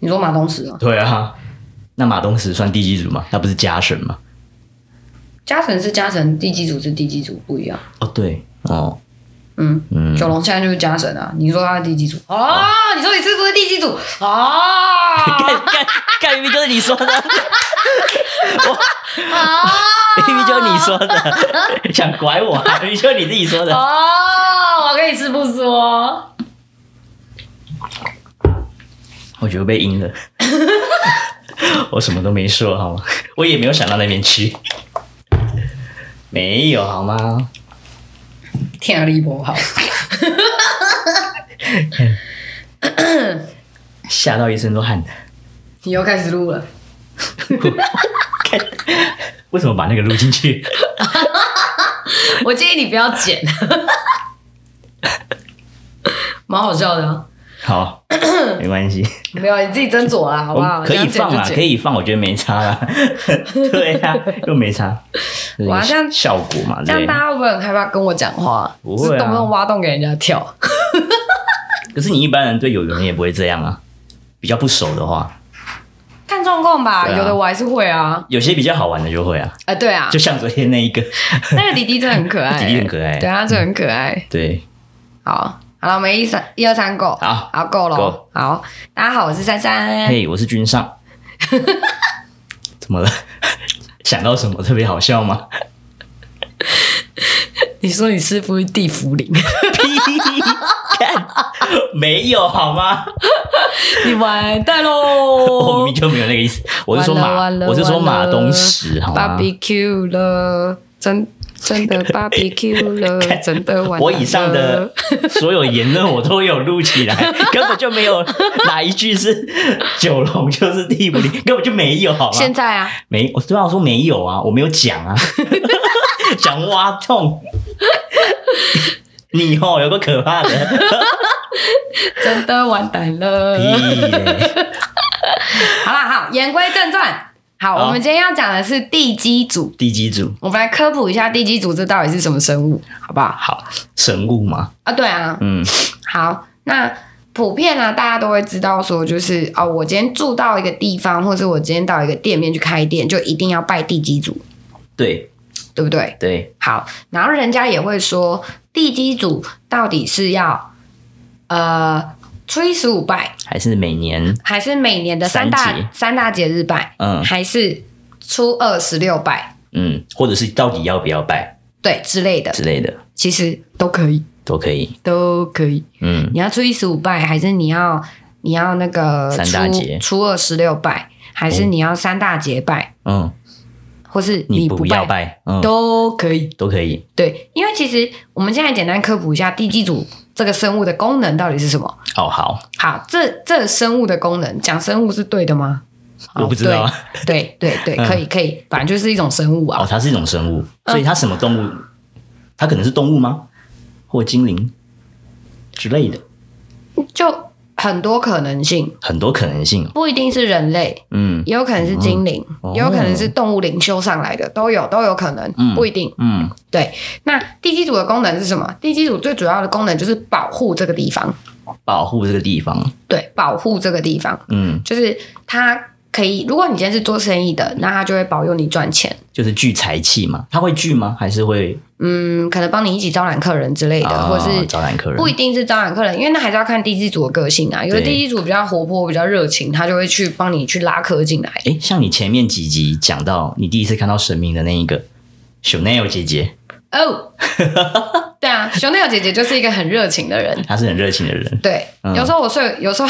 你说马东石啊，对啊，那马东石算地基组吗？那不是家神吗？嘉诚是嘉诚，地基组是地基组，不一样。哦，对，哦，嗯，嗯，九龙现在就是嘉诚啊，你说他是地基组哦，你说你是不是地基组 哦？干干干，明明就是你说 的，哦明明就是你说的， 想拐我、啊，明明就是你自己说的。哦，我跟你是不说，我觉得被阴了， 我什么都没说好吗？我也没有想到那边去，没有好吗？天啊，力不好。吓到一身都汗。你又开始录了，为什么把那个录进去？我建议你不要 剪，蛮好笑的、啊。好，没关系，没有，你自己斟酌啦，好不好？我哦可以放啦，啊，可。以放，我觉得没差 啦。对呀、又没差。哇这样效果嘛，这对样。大家会不会很害怕跟我讲话？不会啊是动不动挖洞给人家跳。可是你一般人对有人也不会这样啊，比较不熟的话，看状况吧，对啊有的我还是会啊。有些比较好玩的就会啊，哎、对啊就，像昨天那一 个，那个弟弟真的很可爱、弟弟很可爱对啊，他真的很可爱。对，好，好了，我们一三一二三够，好好够了哦够。好，大家好，我是珊珊。嘿，我是君上，怎么了？想到什么特别好笑吗？ 你说你是不是地府 灵？屁，看没有好吗？你完蛋我喽明明就没有那个意思，我是说完了马哦完，了我是说马完了东石好啊吗？ ！Barbecue 了，真真的 Barbecue 了，真的呃完了。啊我以上的所有言论我都有录起来，根本就没有哪一句是九龙就是地不灵，根本就没有好吗？现在啊，没，我对啊，我说没有啊，我没有讲啊，想挖洞。 你哦，有个可怕的，真的完蛋了。屁嘞好啦，好，言归正传。好，好我们今天要讲的是地基组。地基组我们来科普一下地基组这到底是什么生物，好不好？好神物嘛，啊，对啊，嗯，好，那普遍呢、大家都会知道说，就是哦，我今天住到一个地方，或者我今天到一个店面去开店，就一定要拜地基组，对对不对？对，好，然后人家也会说，地基组到底是要呃初一十五拜，还是每年还是每年的三三大节三大节日拜，嗯还是初二十六拜，嗯，或者是到底要不要拜对之类的，之类的其实都可以，都可以，都可以。嗯，你要初一十五拜，还是你要你要那个三初大节初二十六拜，还是你要三大节拜，嗯，或是你不不要拜，嗯，都可以。都可以。对，因为其实我们现在简单科普一下地基组这个生物的功能到底是什么。哦，好，好，这这生物的功能，讲生物是对的 吗？好我不知道啊。对对对对，嗯可以可以，反正就是一种生物哦，啊。它是一种生物，所以它什么动物？它可能是动物吗？或精灵之类的，哦就很多可能性，很多可能性。不一定是人类，嗯也有可能是精灵，哦也有可能是动物灵修上来的，都有都有可能，嗯不一定。嗯，对，那地基组的功能是什么？地基组最主要的功能就是保护这个地方，保护这个地方。对，保护这个地方，嗯，就是它可以，如果你今天是做生意的，那它就会保佑你赚钱，就是聚财气嘛。它会聚吗？还是会嗯，可能帮你一起招揽客人之类的，啊或是招揽客人不？一定是招揽客人，因为那还是要看地基组的个性啊。有的对地基组比较活泼，比较热情，他就会去帮你去拉客进来。哎，像你前面几集讲到你第一次看到神明的那一个 Chanel 姐姐，哦， 对啊，熊奈友姐姐就是一个很热情的人，她是很热情的人。对，嗯有时候我睡， 有时候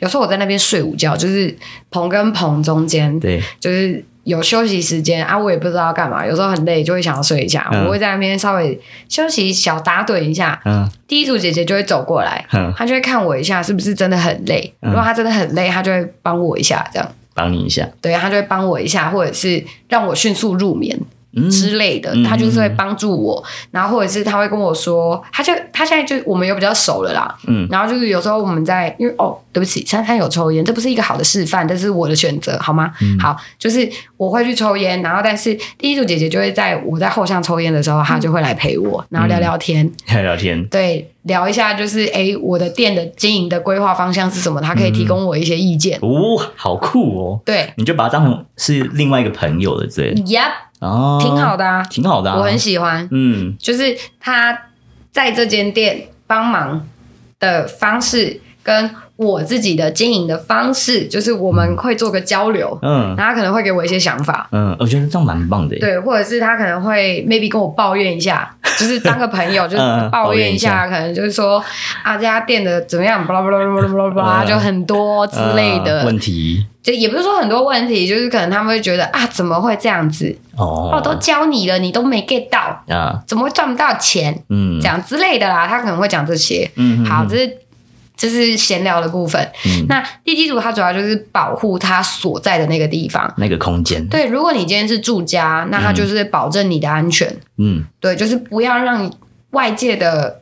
有时候我在那边睡午觉，就是棚跟棚中间，对，就是有休息时间啊，我也不知道要干嘛，有时候很累就会想要睡一下，嗯我会在那边稍微休息小打盹一下。嗯第一组姐姐就会走过来，哼，她就会看我一下是不是真的很累，嗯如果她真的很累，她就会帮我一下这样。帮你一下。对，她就会帮我一下，或者是让我迅速入眠。嗯之类的嗯，他就是会帮助我，然后或者是他会跟我说，他就他现在就我们又比较熟了啦，嗯然后就是有时候我们在因为哦，对不起，珊珊有抽烟，这不是一个好的示范，这是我的选择，好吗？好，就是我会去抽烟，然后但是第一组姐姐就会在我在后巷抽烟的时候，她就会来陪我，然后聊聊天，聊聊天，对，聊一下就是诶我的店的经营的规划方向是什么，她可以提供我一些意见，哦，好酷哦！对你就把它当成是另外一个朋友的，对， ，Yep，哦，嗯挺好，的啊，挺好的、啊，我很喜欢，嗯就是他在这间店帮忙的方式，跟我自己的经营的方式，就是我们会做个交流，嗯然后他可能会给我一些想法。嗯，我觉得这样蛮棒的耶，对，或者是他可能会 maybe 跟我抱怨一下，就是当个朋 友，就是嗯抱怨一抱下，可能就是说啊这家店的怎么样，巴拉巴拉巴拉巴拉巴拉，嗯就很多之类呃的问，题就也不是说很多问题，就是可能他们会觉得啊怎么会这样子，哦，哦都教你了，你都没 get 到，啊，怎么会赚不到钱？嗯，讲之类的啦，他可能会讲这些。嗯，嗯好，这是这是闲聊的部分。嗯那地基组它主要就是保护它所在的那个地方。那个空间，对，如果你今天是住家，那它就是保证你的安全。嗯，对，就是不要让你外界的。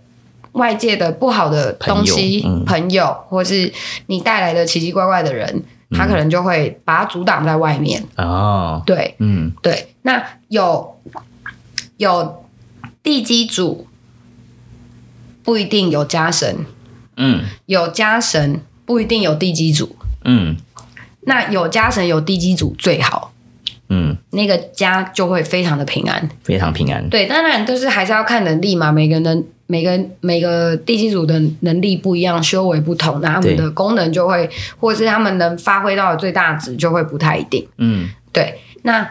外界的不好的东西，朋友嗯或是你带来的奇奇怪怪的人，嗯他可能就会把它阻挡在外面。哦，对，嗯对，那有有地基组不一定有家神，嗯有家神不一定有地基组。嗯那有家神有地基组最好，嗯，那个家就会非常的平安。非常平安，对，当然就是还是要看能力嘛，每个人每个每个地基组的能力不一样，修为不同，那他们对的功能就会，或是他们能发挥到的最大值就会不太一定。嗯对，那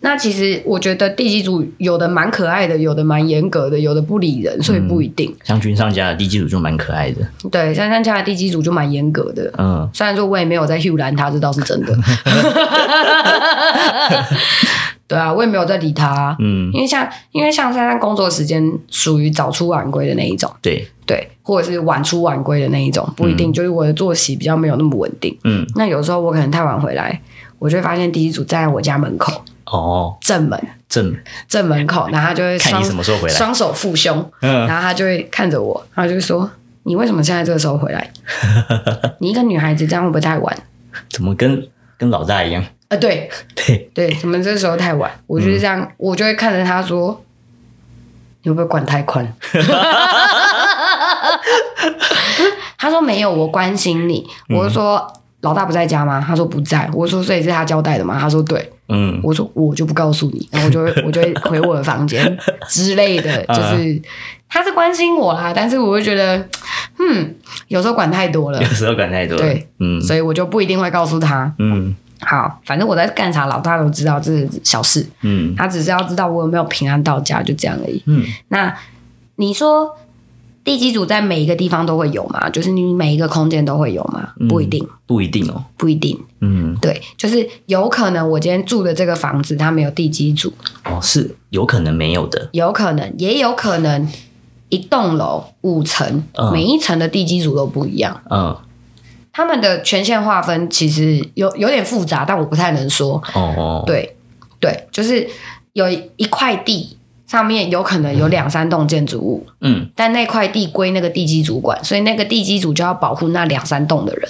那其实我觉得地基组有的蛮可爱的，有的蛮严格的，有的不理人，所以不一定。像君上家的地基主就蛮可爱的，对，珊珊家的地基组就蛮严格的。嗯虽然说我也没有在 Hugh 拦他，这倒是真的。对啊，我也没有在理他啊、嗯，因为像因为像珊珊工作时间属于早出晚归的那一种，对，对，或者是晚出晚归的那一种，不一定。就是我的作息比较没有那么稳定，嗯那有时候我可能太晚回来，我就会发现地基组站在我家门口哦，正门。正正门口，然后他就会嗯看双你什么时候回来，双手负胸，嗯然后他就会看着我，然后就会说：“你为什么现在这个时候回 来？你一个女孩子这样会不会太晚怎么跟跟老大一样？？”啊、对对，对，怎么这时候太晚？我就是这样，嗯我就会看着他说：“你会不会管太宽？” 他说：“没有，我关心你。”我嗯就说。老大不在家吗？他说不在。我说所以是他交代的吗？他说对。嗯我说我就不告诉你，然后我就会我就会回我的房间之类的， 啊就是他是关心我啦，但是我会觉得，嗯，有时候管太多了有，时候管太多了，对，嗯所以我就不一定会告诉他。嗯好，反正我在干啥，老大都知道，这是小事，嗯他只是要知道我有没有平安到家，就这样而已。嗯那你说地基组在每一个地方都会有吗？就是你每一个空间都会有吗？嗯不一定，不一定哦，不一定。嗯对，就是有可能我今天住的这个房子它没有地基组，哦是有可能没有的，有可能，也有可能一栋楼五层，嗯每一层的地基组都不一样，嗯他们的权限划分其实有有点复杂，但我不太能说。哦哦，对，对，就是有一块地上面有可能有两三栋建筑物，嗯但那块地归那个地基主管，所以那个地基主就要保护那两三栋的人。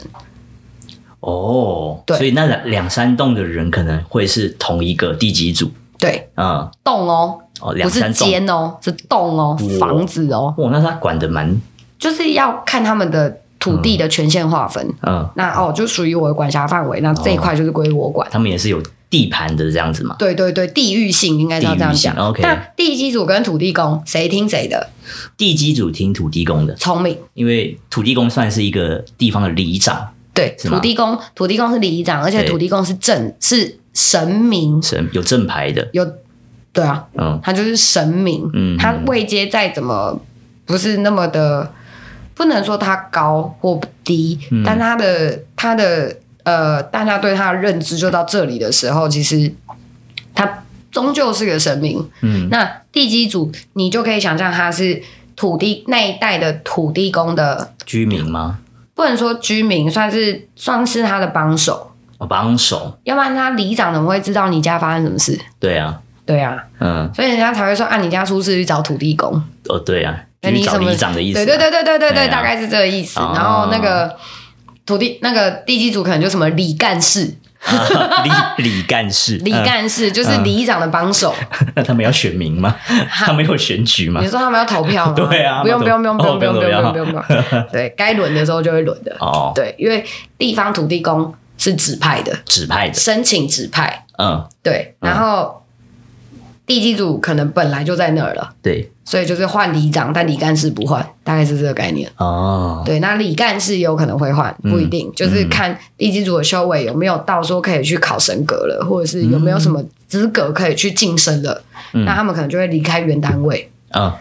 哦，对所以那两两三栋的人可能会是同一个地基组，对，嗯栋哦，哦两不是三栋，间哦，是栋哦哇，房子哦，哇，那他管的蛮就是要看他们的土地的权限划分。嗯，那哦，就属于我的管辖范围，那哦这一块就是归我管。他们也是有地盘的这样子嘛，对对对，地域性应该是要这样讲地域性。，OK 那地基组跟土地公谁听谁的？地基组听土地公的，聪明，因为土地公算是一个地方的里长对，是吗土地公，土地公是里长，而且对土地公是正是神明，神，有正牌的，有对啊，嗯他就是神明，嗯他位阶再怎么不是那么的，不能说他高或低，嗯但他的他的呃，大家对他的认知就到这里的时候，其实他终究是个神明，嗯那地基主，你就可以想象他是土地那一带的土地公的，居民吗？不能说居民，算是算是他的帮手。哦帮手，要不然他里长怎么会知道你家发生什么事？对啊，对啊，嗯，所以人家才会说啊，你家出事去找土地公。哦，对啊，那就你是找什么里长的意思、啊，对对对对对对对，哎呀大概是这个意思。哦然后那个土地那个地基组可能就什么李干事，嗯啊， 李李干事，李干事就是里长的帮 手。嗯，那他们要选民吗？他们有选举吗你？说他们要投票吗？ 对啊不用他不们用不用不投用不用不哦不用用不用不用。不用对该轮的时候就会轮的。哦，对，因为地方土地公是指派的，指派的，申请指派。嗯，对，然后地基组可能本来就在那儿了，对，所以就是换里长，但李干事不换，大概是这个概念。哦，对，那李干事有可能会换，不一嗯定，就是看地基组的修为有没有到说可以去考神格了，或者是有没有什么资格可以去晋升了，嗯那他们可能就会离开原单位。嗯，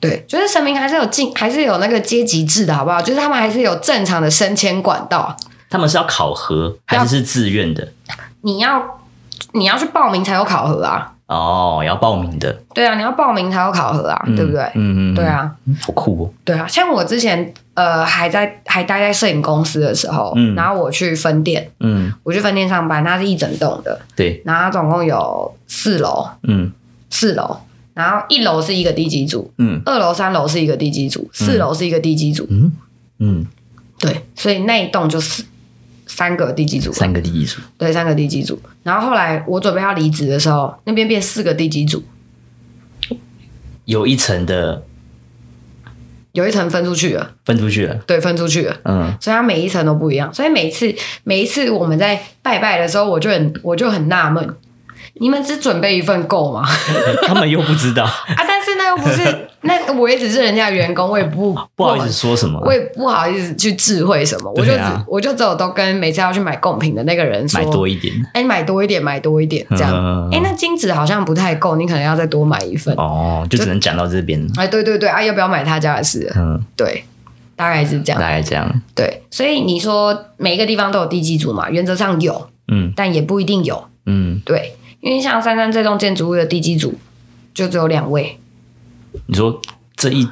对，就是神明还是有进，还是有那个阶级制的好不好？就是他们还是有正常的升迁管道，他们是要考核还要是是自愿的？你要你要去报名才有考核啊，哦，要报名的，对啊，你要报名才有考核啊，嗯对不对？嗯嗯，对，啊，好酷哦，对啊，像我之前呃还在还待在摄影公司的时候，嗯然后我去分店，嗯，我去分店上班，它是一整栋的，对，然后它总共有四楼，嗯四楼，然后一楼是一个地基组，嗯二楼、三楼是一个地基组，四楼是一个地基组，嗯嗯，对，所以那一栋就是三个地基组，三个第一组，对，三个地基组。然后后来我准备要离职的时候，那边变四个地基组，有一层的有一层分出去了，分出去了，对，分出去了。嗯， 所以它每一层都不一样，所以每一次每一次我们在拜拜的时候，我就很我就很纳闷，你们只准备一份够吗？ 他们又不知道，啊，但是那又不是， 那我也只是人家的员工，我也不啊不好意思说什么，我也不好意思去智慧什么，我就对只、啊我就只有都跟每次要去买贡品的那个人说，买多一点，哎、买多一点，买多一点这样。哎、嗯那金子好像不太够，你可能要再多买一份。哦，就只能讲到这边，哎，对对对，啊，要不要买他家的事？嗯，对，大概是这样。大概这样，对，所以你说每一个地方都有地基组嘛，原则上有，嗯但也不一定有。嗯，对，因为像三山这栋建筑物的地基组就只有两位，你说这一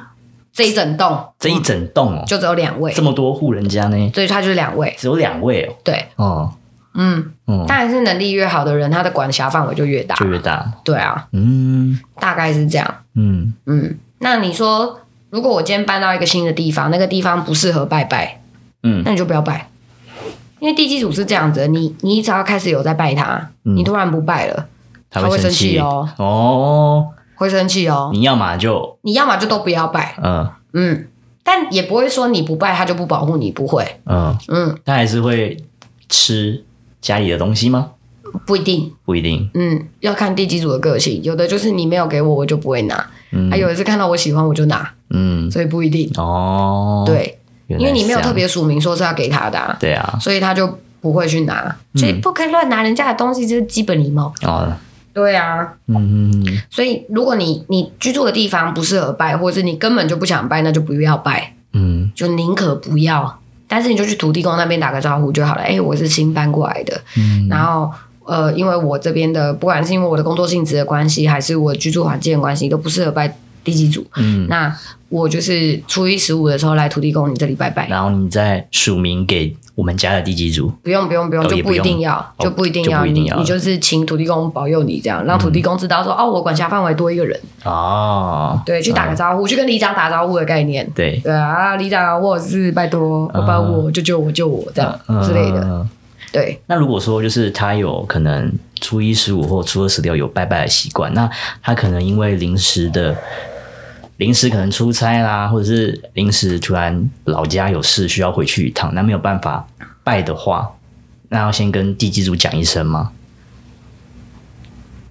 这一整栋这一整栋哦，就只有两位这，么多户人家呢，所以他就是两位。只有两位哦，对，哦，嗯，嗯，当然是能力越好的人，他的管辖范围就越大。就越大，对啊，嗯大概是这样。嗯嗯，那你说，如果我今天搬到一个新的地方，那个地方不适合拜拜，嗯那你就不要拜，因为地基主是这样子的，你你只要开始有在拜他，嗯你突然不拜了，他他会会生生气哦哦，会生气哦。你要嘛就你要么就都不要拜，嗯嗯，但也不会说你不拜他就不保护你，不会，嗯，嗯，他还是会吃家里的东西吗？不一定，不一定，嗯，要看地基主的个性，有的就是你没有给我，我就不会拿，啊嗯还有的是看到我喜欢我就拿，嗯所以不一定，哦，，对，因因为你没有特，别署名说是要给他的、啊，对啊，所以他就不会去拿，嗯所以不可以乱拿人家的东西，这是基本礼貌。哦，对啊，嗯嗯所以如果你你居住的地方不适合拜，或者是你根本就不想拜，那就不要拜，嗯就宁可不要。但是你就去土地公那边打个招呼就好了。哎、我是新搬过来的，嗯然后呃，因为我这边的不管是因为我的工作性质的关系，还是我居住环境的关系，都不适合拜地基主。嗯，那我就是初一十五的时候来土地公你这里拜拜。然后你再署名给我们家的地基组，不用不用不用，哦就也不不一用定要，哦就不一定就要，不一定你要嗯你就是请土地公保佑你，这样让土地公知道说，哦，我管辖范围多一个人，哦，对，去打个招呼，去跟里长打招呼的概念，对，对啊，里长，我是拜托，嗯帮帮我，救救我，救我，这样嗯之类的，。嗯对，那如果说就是他有可能初一十五或初二十六有拜拜的习惯，那他可能因为临时的临时可能出差啦，或者是临时突然老家有事需要回去一趟，那没有办法拜的话，那要先跟地基组讲一声吗？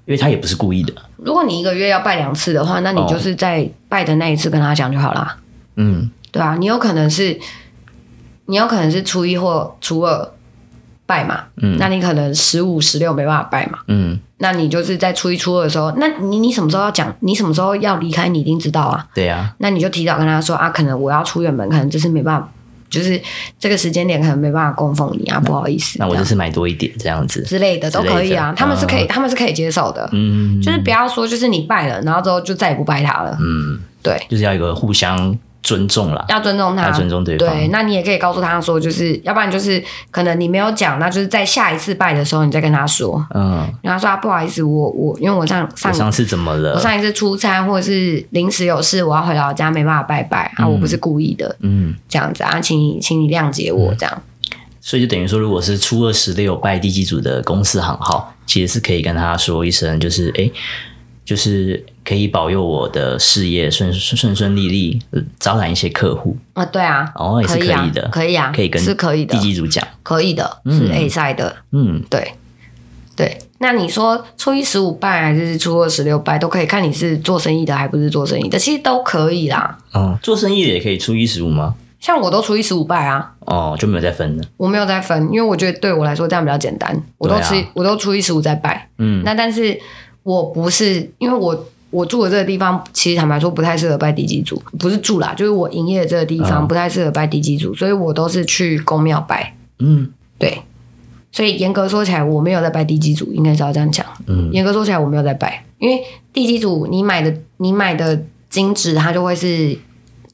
因为他也不是故意的，如果你一个月要拜两次的话，那你哦就是在拜的那一次跟他讲就好啦，嗯对啊，你有可能是，你有可能是初一或初二拜嘛，嗯那你可能十五、十六没办法拜嘛。嗯，那你就是在初一初二的时候，那你你什么时候要讲？你什么时候要离开？你一定知道啊。对呀、那你就提早跟他说啊，可能我要出远门，可能这是没办法，就是这个时间点可能没办法供奉你啊，不好意思，那我这这样次买多一点这样子，之类的都之类的可以啊嗯，他们是可以，他们是可以接受的，嗯，就是不要说就是你拜了，然后之后就再也不拜他了，嗯，对就是要有一个互相尊重啦，要尊重他，要尊重对方对，那你也可以告诉他说，就是要不然就是可能你没有讲，那就是在下一次拜的时候你再跟他说。嗯，然后他说、啊、不好意思，我我因为我上我上上次怎么我了？上一次出差或者是临时有事，我要回老家没办法拜拜、啊，嗯我不是故意的嗯，这样子啊，请你请你谅解我这样。所以就等于说，如果是初二十六拜地基组的公司行号，其实是可以跟他说一声，就是哎、诶就是可以保佑我的事业顺顺顺利利，呃招揽一些客户，啊，对啊，哦，也是以啊以的，，可以啊，可以跟是可以的地，基组讲，可以的，嗯是 A 赛的，嗯，对对。那你说初一十五拜还是初二十六拜都可以，看你是做生意的还不是做生意的，其实都可以啦。哦，做生意的也可以初一十五吗？像我都初一十五拜啊，哦，就没有再分了，我没有在分，因为我觉得对我来说这样比较简单。我都对啊初一、我都初一十五在拜，嗯，那但是我不是因为我我住的这个地方，其实坦白说不太适合拜地基组，不是住啦，就是我营业的这个地方嗯不太适合拜地基组，所以我都是去公庙拜。嗯对，所以严格说起来，我没有在拜地基组，应该是要这样讲。嗯严格说起来，我没有在拜，因为地基组你买的你买的金纸，它就会是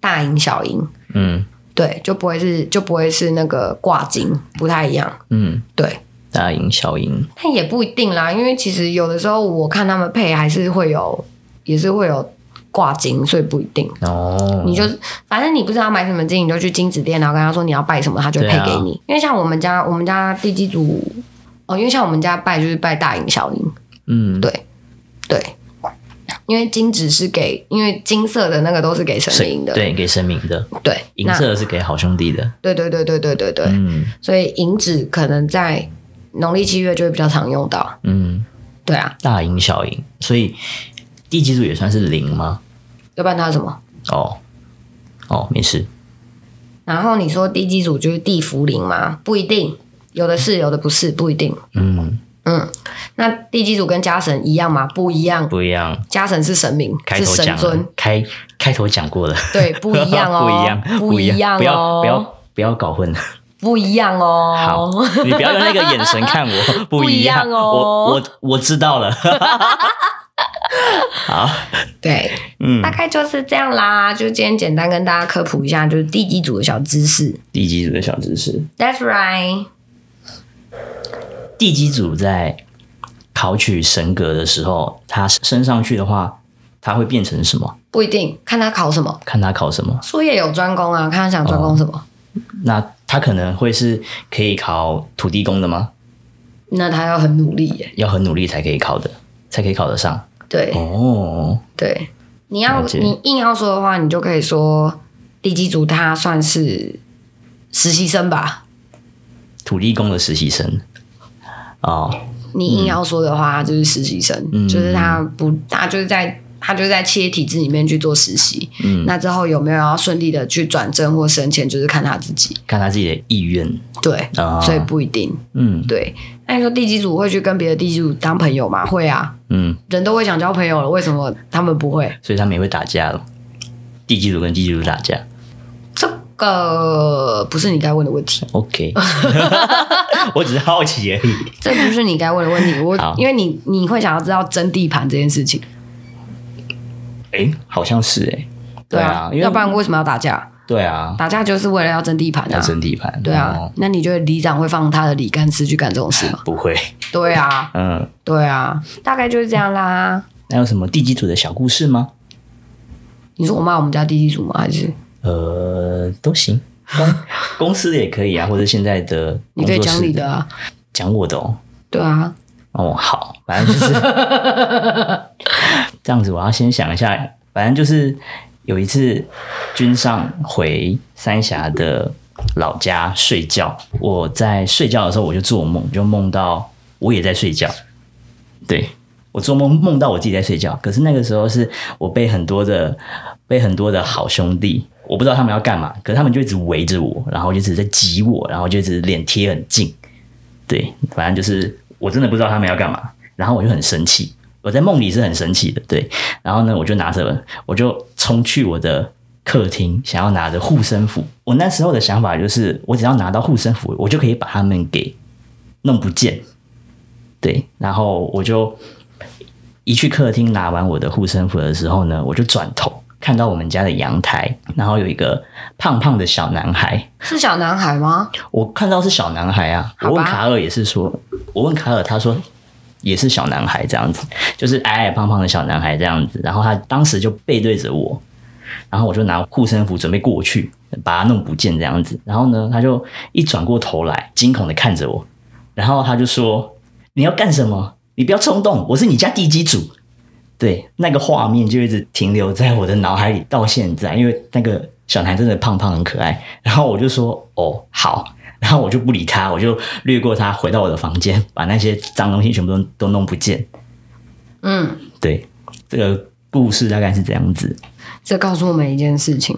大银小银，嗯对，就不会是就不会是那个挂金，不太一样。嗯，对，大赢小赢，但也不一定啦，因为其实有的时候我看他们配还是会有，也是会有挂金，所以不一定。哦，你就反正你不知道买什么金，你就去金子店，然后跟他说你要拜什么，他就配对啊给你。因为像我们家，我们家地基主，哦，因为像我们家拜就是拜大银小银，嗯，对对，因为金子是给，因为金色的那个都是给神灵的，对，给神明的，对，银那色的是给好兄弟的，对对对对对对对，嗯所以银纸可能在农历七月就会比较常用到，嗯，对啊，大赢小赢，所以地基组也算是零吗？要不然它是什么？哦哦，没事，然后你说地基组就是地福灵吗？不一定，有的是，有的不是，不一定。嗯，嗯，那地基组跟家神一样吗？不一样，不一样。家神是神明，开是头神讲尊了，，开开头讲过了， 对，不一样哦，不一样，不不一样不要哦，不要不要搞混了。不一样好哦。，你不要用那个眼神 看我，不一一样哦我我我知道了。好，对，嗯大，概就是这样啦。就今天简单跟大家科普一下，就是地基组的小知识。地基组的小知识， That's right，地基组在考取神格的时候，他升上去的话，他会变成什么？不一定看他考什么，看他考什么。术业有专攻啊，看他想专攻什哦么。那他可能会是可以考土地公的吗？那他要很努力耶，要很努力才可以考的，才可以考得上。对，哦，对，你要了解你硬要说的话，你就可以说地基组他算是实习生吧。土地公的实习生。哦，你硬要说的话，他就是实习生，嗯就是他不，他就是在他就是在企业体制里面去做实习。嗯，那之后有没有要顺利的去转正或升迁，就是看他自己。看他自己的意愿对，啊。所以不一定。嗯对，那你说地基组会去跟别的地基组当朋友吗？会啊，嗯，人都会想交朋友了，为什么他们不会？所以他们也会打架了。地基组跟地基组打架这个不是你该问的问题。 ，OK，我只是好奇而已。这不是你该问的问题。我好因为你你会想要知道争地盘这件事情，哎、好像是哎、对啊，因要为不然为什么要打架？对啊，打架就是为了要争地盘要啊。争地盘，对啊，哦那你觉得里长会放他的里干事去干这种 事吗？不会，对啊，嗯，对啊，大概就是这样啦。那有什么地基组的小故事吗？你说我骂我们家地基组吗？还是呃，都行，公 公司的也可以啊，或者现在的你可以工作讲室你的啊？讲我的哦，对啊，哦，好，反正就是这样子。我要先想一下，反正就是有一次军上回三峡的老家睡觉，我在睡觉的时候我就做梦，就梦到我也在睡觉，对。我做梦梦到我自己在睡觉，可是那个时候是我被很多的被很多的好兄弟，我不知道他们要干嘛，可是他们就一直围着我，然后就一直在挤我，然后就一直脸贴很近，对，反正就是我真的不知道他们要干嘛，然后我就很生气，我在梦里是很生气的，对，然后呢，我就拿着，我就冲去我的客厅，想要拿着护身符。我那时候的想法就是，我只要拿到护身符，我就可以把他们给弄不见，对，然后我就一去客厅拿完我的护身符的时候呢，我就转头。看到我们家的阳台，然后有一个胖胖的小男孩，是小男孩吗？我看到是小男孩啊，好吧我问卡尔也是说，我问卡尔，他说。也是小男孩这样子，就是矮矮胖胖的小男孩这样子。然后他当时就背对着我，然后我就拿护身符准备过去，把他弄不见这样子。然后呢，他就一转过头来，惊恐的看着我，然后他就说：“你要干什么？你不要冲动，我是你家地基主。”对，那个画面就一直停留在我的脑海里到现在，因为那个小男孩真的胖胖很可爱。然后我就说：“哦，好。”然后我就不理他，我就略过他，回到我的房间，把那些脏东西全部都都弄不见。嗯，对，这个故事大概是这样子。嗯这告诉我们一件事情：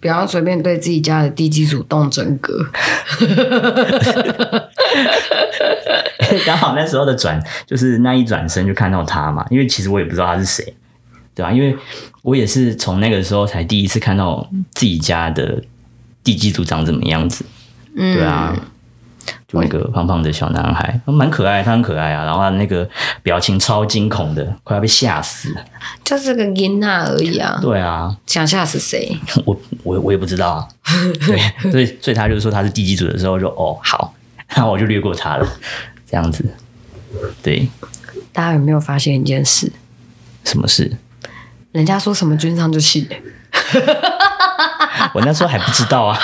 不要随便对自己家的地基主动真格。刚好那时候的转就是那一转身就看到他嘛，因为其实我也不知道他是谁，对吧、因为我也是从那个时候才第一次看到自己家的地基组长怎么样子，嗯，对啊。就那个胖胖的小男孩，蛮可爱，他很可爱啊。然后他那个表情超惊恐的，快要被吓死了。就是个囡娜而已啊，对啊，想吓死谁？我我我也不知道啊。对，所以所以他就说他是地基组的时候就，哦好，然后我就略过他了，这样子。对，大家有没有发现一件事？什么事？人家说什么君上就戏， 我那时候还不知道啊。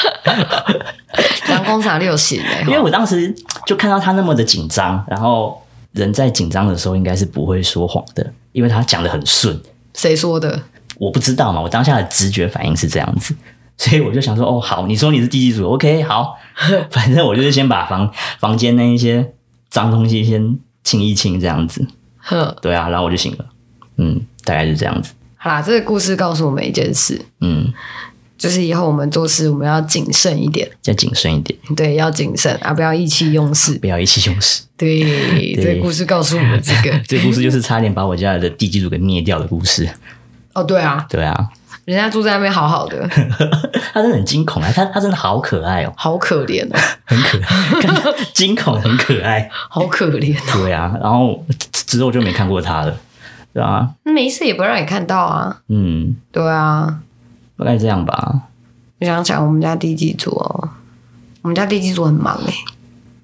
南工厂六型 哎、因为我当时就看到他那么的紧张，然后人在紧张的时候应该是不会说谎的，因为他讲的很顺。谁说的？我不知道嘛，我当下的直觉反应是这样子， 所以我就想说，哦，好，你说你是地基组，OK，好， 反正我就是先把房房间那一些脏东西先清一清，这样子，哼，对啊，然后我就醒了，嗯，大概是这样子，好啦，这个故事告诉我们一件事，嗯，就是以后我们做事我们要谨慎一点，再谨慎一点，对，要谨慎啊，不要意气用事。不要意气用事。。对，这个故事告诉我们这个 这故事就是差点把我家的地基组给灭掉的故事，哦，对啊，对啊，人家住在那边好好的，他真的很惊恐啊，他他真的好可爱哦。好可怜哦， 很可爱，看他惊恐很可爱，好可怜哦。对啊。然后之后就没看过他了，对啊，没事也不会让你看到啊。嗯，对啊，大概这样吧。我想想，我们家地基组哦，我们家地基组很忙哎、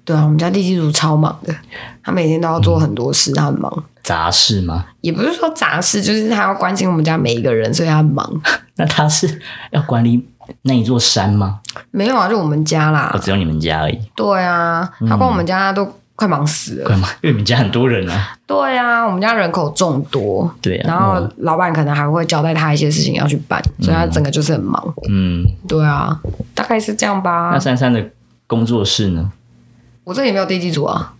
对啊，我们家地基组超忙的，他每天都要做很多事，他很忙。杂事吗？也不是说杂事，就是他要关心我们家每一个人，所以他很 忙。那他是要管理那一座山吗？没有啊，就我们家我啦。只有你们家而已，对啊，嗯他光我们家都快忙死了。管吗？因为你们家很多人啊。对啊，我们家人口众多，对啊，然后嗯老板可能还会交代他一些事情要去办，所以他整个就是很忙。嗯，对啊，大概是这样吧那。珊珊的工作室呢？我这里没有地基组啊，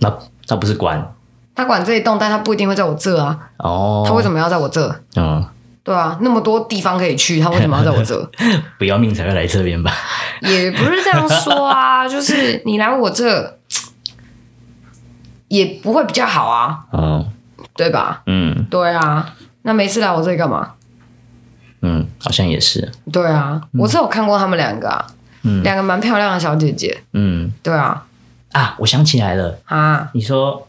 那他不是管他管这一栋，但他不一定会在我这啊。哦？他为什么要在我这？嗯对啊，那么多地方可以去，他为什么要在我这？不要命才会来这边吧？也不是这样说 啊，就是你来我这也不会比较好啊，哦，对吧？嗯对啊，那没事来我这里干嘛？嗯，好像也是，对啊，我是有看过他们两个啊，嗯两个蛮漂亮的小姐姐。嗯对啊，啊，我想起来了。啊，你说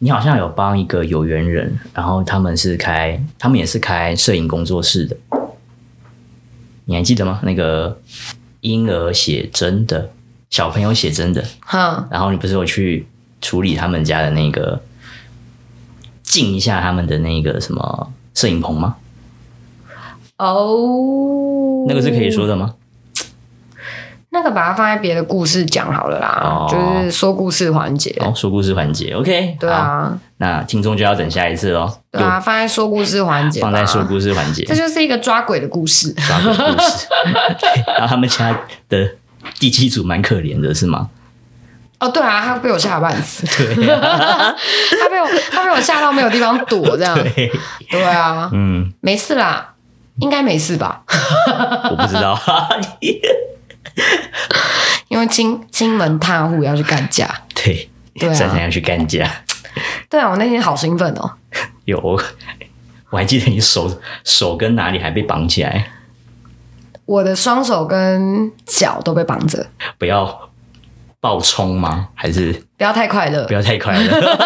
你好像有帮一个有缘人，然后他们是开，他们也是开摄影工作室的，你还记得吗？那个婴儿写真的小朋友写真的，哼，然后你不是有去处理他们家的那个进一下他们的那个什么摄影棚吗？哦，那个是可以，说的吗？那个把它放在别的故事讲好了啦，哦就是说故事环节。哦，说故事环节，OK，嗯对好，啊，那听众就要等下一次喽，对啊，放在说故事环节就吧，放在说故事环节这。就是一个抓鬼的故事。抓鬼故事。 然后他们家的第七组蛮可怜的，是吗？哦，对啊，他被我吓得半死， 对、啊 他被我他被我吓到没有地方躲，这样 对，对啊，嗯，没事啦，应该没事吧？我不 知道，因为金金门踏户要去干架，对，对啊珊珊要去干架，对啊，我那天好兴奋哦，有，我还记得你手手跟哪里还被绑起来，我的双手跟脚都被绑着，不要爆冲吗？还是不要太快乐 不，要太快了？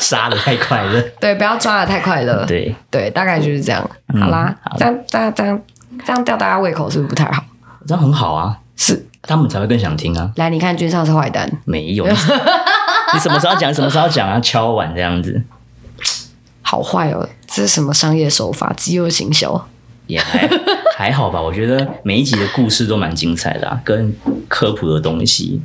杀的太快了。对，不要抓的太快乐。对，嗯对，大概就是这样。好啦，好这样这样这样这样吊大家胃口是不是不太好？这样很好啊，是，他们才会更想听啊。来，你看君上是坏蛋，没 有，你你什么时候要讲，什么时候要讲啊，敲碗这样子好坏哦，这是什么商业手法？饥饿行销。也还还好吧。我觉得每一集的故事都蛮精彩的、啊，跟科普的东西。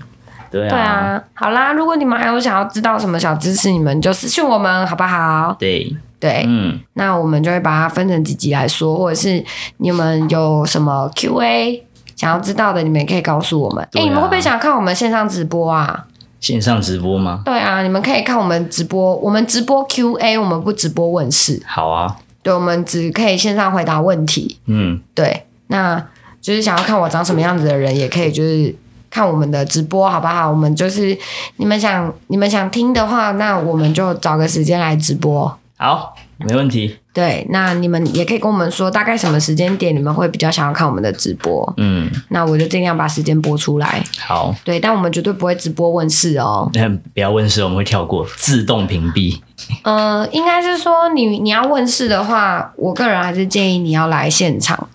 对啊，对啊，好啦，如果你们还有想要知道什么小知识，你们就私信我们好不好？对对，嗯，那我们就会把它分成几集来说，或者是你们有什么 Q&A 想要知道的，你们也可以告诉我们。哎、对啊你们会不会想看我们线上直播啊？线上直播吗？对啊，你们可以看我们直播，我们直播 Q&A，我们不直播问世，好啊，对，我们只可以线上回答问题。嗯，对，那就是想要看我长什么样子的人，也可以就是看我们的直播，好不好？我们就是你们想你们想听的话，那我们就找个时间来直播。好，没问题。对，那你们也可以跟我们说，大概什么时间点你们会比较想要看我们的直播？嗯，那我就尽量把时间播出来。好， 对，但我们绝对不会直播问世哦。那不要问世，我们会跳过，自动屏蔽。呃，应该是说你你要问世的话，我个人还是建议你要来现场。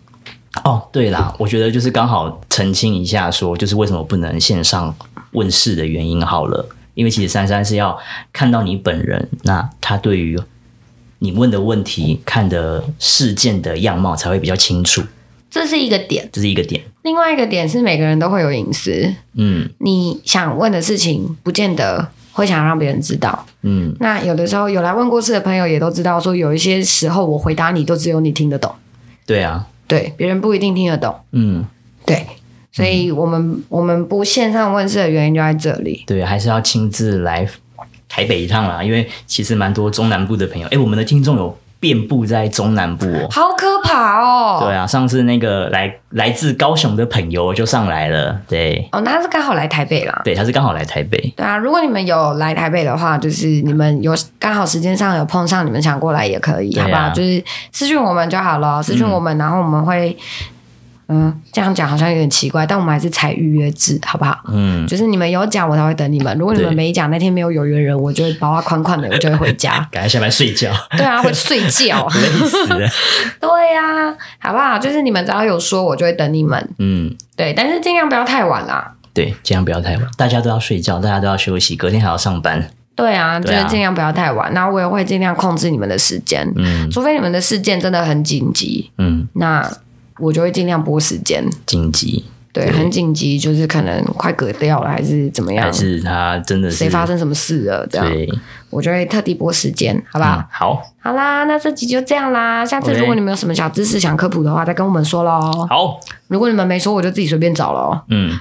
哦，对啦，我觉得就是刚好澄清一下说就是为什么不能线上问世的原因好了，因为其实珊珊是要看到你本人，那她对于你问的问题、看的事件的样貌才会比较清楚，这是一个点，这是一个点。另外一个点是每个人都会有隐私，嗯你想问的事情不见得会想让别人知道。嗯，那有的时候有来问过事的朋友也都知道，说有一些时候我回答你都只有你听得懂，对啊，对，别人不一定听得懂。嗯对，所以我们、我们不线上问世的原因就在这里。对，还是要亲自来台北一趟啦，因为其实蛮多中南部的朋友，诶，我们的听众有遍布在中南部哦。好可怕哦！对啊，上次那个来来自高雄的朋友就上来了，对哦，那是刚好来台北啦。对，他是刚好来台北，对啊，如果你们有来台北的话，就是你们有刚好时间上有碰上，你们想过来也可以，对啊嗯好不好？就是私讯我们就好了，私讯我们，然后我们会，嗯、这样讲好像有点奇怪，但我们还是采预约制，好不好？嗯，就是你们有讲，我才会等你们。如果你们对。没讲，那天没有有缘人，我就会把我宽宽的，我就会回家赶快下班睡觉， 对啊，会睡觉。 累死了。 对呀、好不好？就是你们只要有说，我就会等你们。嗯，对，但是尽量不要太晚啦。对，尽量不要太晚，大家都要睡觉，大家都要休息，隔天还要上班。对啊，就对啊是尽量不要太晚。然后我也会尽量控制你们的时间，嗯除非你们的事件真的很紧急，嗯，那我就会尽量拨时间。紧急对，对很紧急，就是可能快割掉了，还是怎么样还，是他真的是谁发生啊什么事了，这样对，我就会特地拨时间，好不好？嗯，好好啦，那这集就这样啦。下次 OK 如果你们有什么小知识想科普的话，再跟我们说喽。好，如果你们没说，我就自己随便找喽。嗯，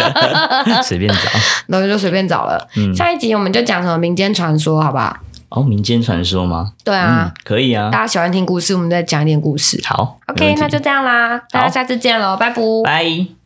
随便找。然后就随便找了。嗯下一集我们就讲什么民间传说，好不好？哦，民间传说吗？对啊嗯，，可以啊，大家喜欢听故事，我们再讲一点故事。好没问 OK，题那就这样啦，大家下次见喽，拜拜。拜。